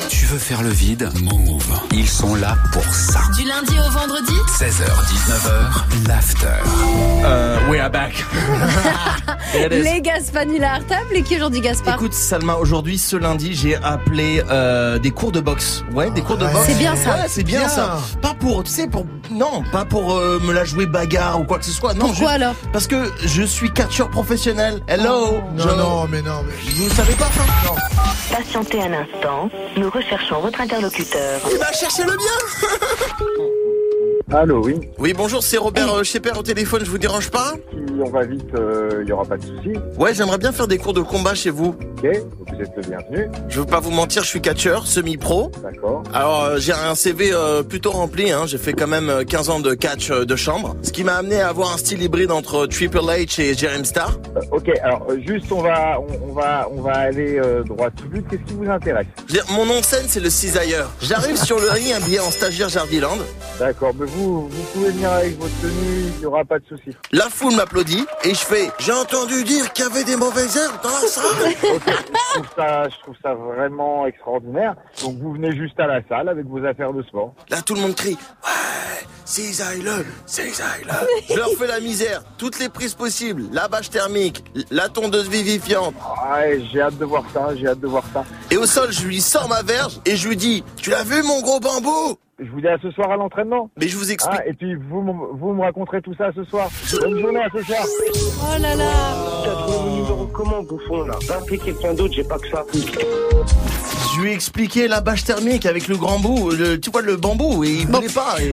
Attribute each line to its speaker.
Speaker 1: veut faire le vide, Move. Ils sont là pour ça.
Speaker 2: Du lundi au vendredi
Speaker 1: 16h, 19h, l'after.
Speaker 3: Euh, we are back. There it is.
Speaker 2: Les Gaspanula la Artable et qui aujourd'hui Gaspard
Speaker 3: Écoute Salma, aujourd'hui, ce lundi, j'ai appelé euh, des cours de boxe. Ouais, des cours de boxe.
Speaker 2: C'est bien ça.
Speaker 3: Ouais, c'est bien,
Speaker 4: Bien.
Speaker 3: ça. Pas pour, tu sais, pour non, pas pour euh, me la jouer bagarre ou quoi que ce soit. Non,
Speaker 2: Pourquoi
Speaker 3: juste
Speaker 2: alors
Speaker 3: Parce que je suis catcheur professionnel. Hello.
Speaker 4: Oh, Non,
Speaker 3: Je-
Speaker 4: non, mais non, mais.
Speaker 3: Vous savez pas ça Non.
Speaker 5: Patientez un instant, nous recherchons votre interlocuteur.
Speaker 3: Eh ben, cherchez le bien.
Speaker 6: Allô, oui.
Speaker 3: Oui, bonjour, c'est Robert euh, Schepper au téléphone. Je vous dérange pas
Speaker 6: Si on va vite, il n'y aura pas de souci.
Speaker 3: Ouais, j'aimerais bien faire des cours de combat chez vous.
Speaker 6: Ok, vous êtes le bienvenu.
Speaker 3: Je veux pas vous mentir, je suis catcheur, semi-pro.
Speaker 6: D'accord.
Speaker 3: Alors euh, j'ai un CV euh, plutôt rempli, hein. j'ai fait quand même euh, 15 ans de catch euh, de chambre, ce qui m'a amené à avoir un style hybride entre Triple H et Jerem Star.
Speaker 6: Euh, ok, alors euh, juste on va, on, on va, on va aller euh, droit au but. Qu'est-ce qui vous intéresse
Speaker 3: Je veux dire, Mon nom de scène c'est le cisailleur. J'arrive sur le ring habillé en stagiaire Jardiland,
Speaker 6: D'accord, mais vous, vous pouvez venir avec votre tenue, il n'y aura pas de souci.
Speaker 3: la foule m'applaudit et je fais « J'ai entendu dire qu'il y avait des mauvaises herbes dans la salle
Speaker 6: Ok, je trouve ça, je trouve ça vraiment extraordinaire. Donc vous venez juste à la salle avec vos affaires de sport. !»
Speaker 3: Là tout le monde crie « Ouais, cisaille-le, cisaille-le » Je leur fais la misère, toutes les prises possibles, la bâche thermique, la tondeuse vivifiante,
Speaker 6: Ouais, Ah, j'ai hâte de voir ça, j'ai hâte de voir ça.
Speaker 3: et au sol je lui sors ma verge et je lui dis « Tu l'as vu mon gros bambou ?»
Speaker 6: Je vous dis à ce soir à l'entraînement.
Speaker 3: Mais je vous explique.
Speaker 6: Hein, et puis vous, m- vous me raconterez tout ça ce soir. Bonne journée à ce soir.
Speaker 2: Oh là là
Speaker 7: T'as trouvé mon numéro comment, bouffon, là Va appeler quelqu'un d'autre, j'ai pas que ça.
Speaker 3: Ah, Je lui ai expliqué la bâche thermique avec le grand bout, le- tu vois, le bambou, et il voulait pas. et-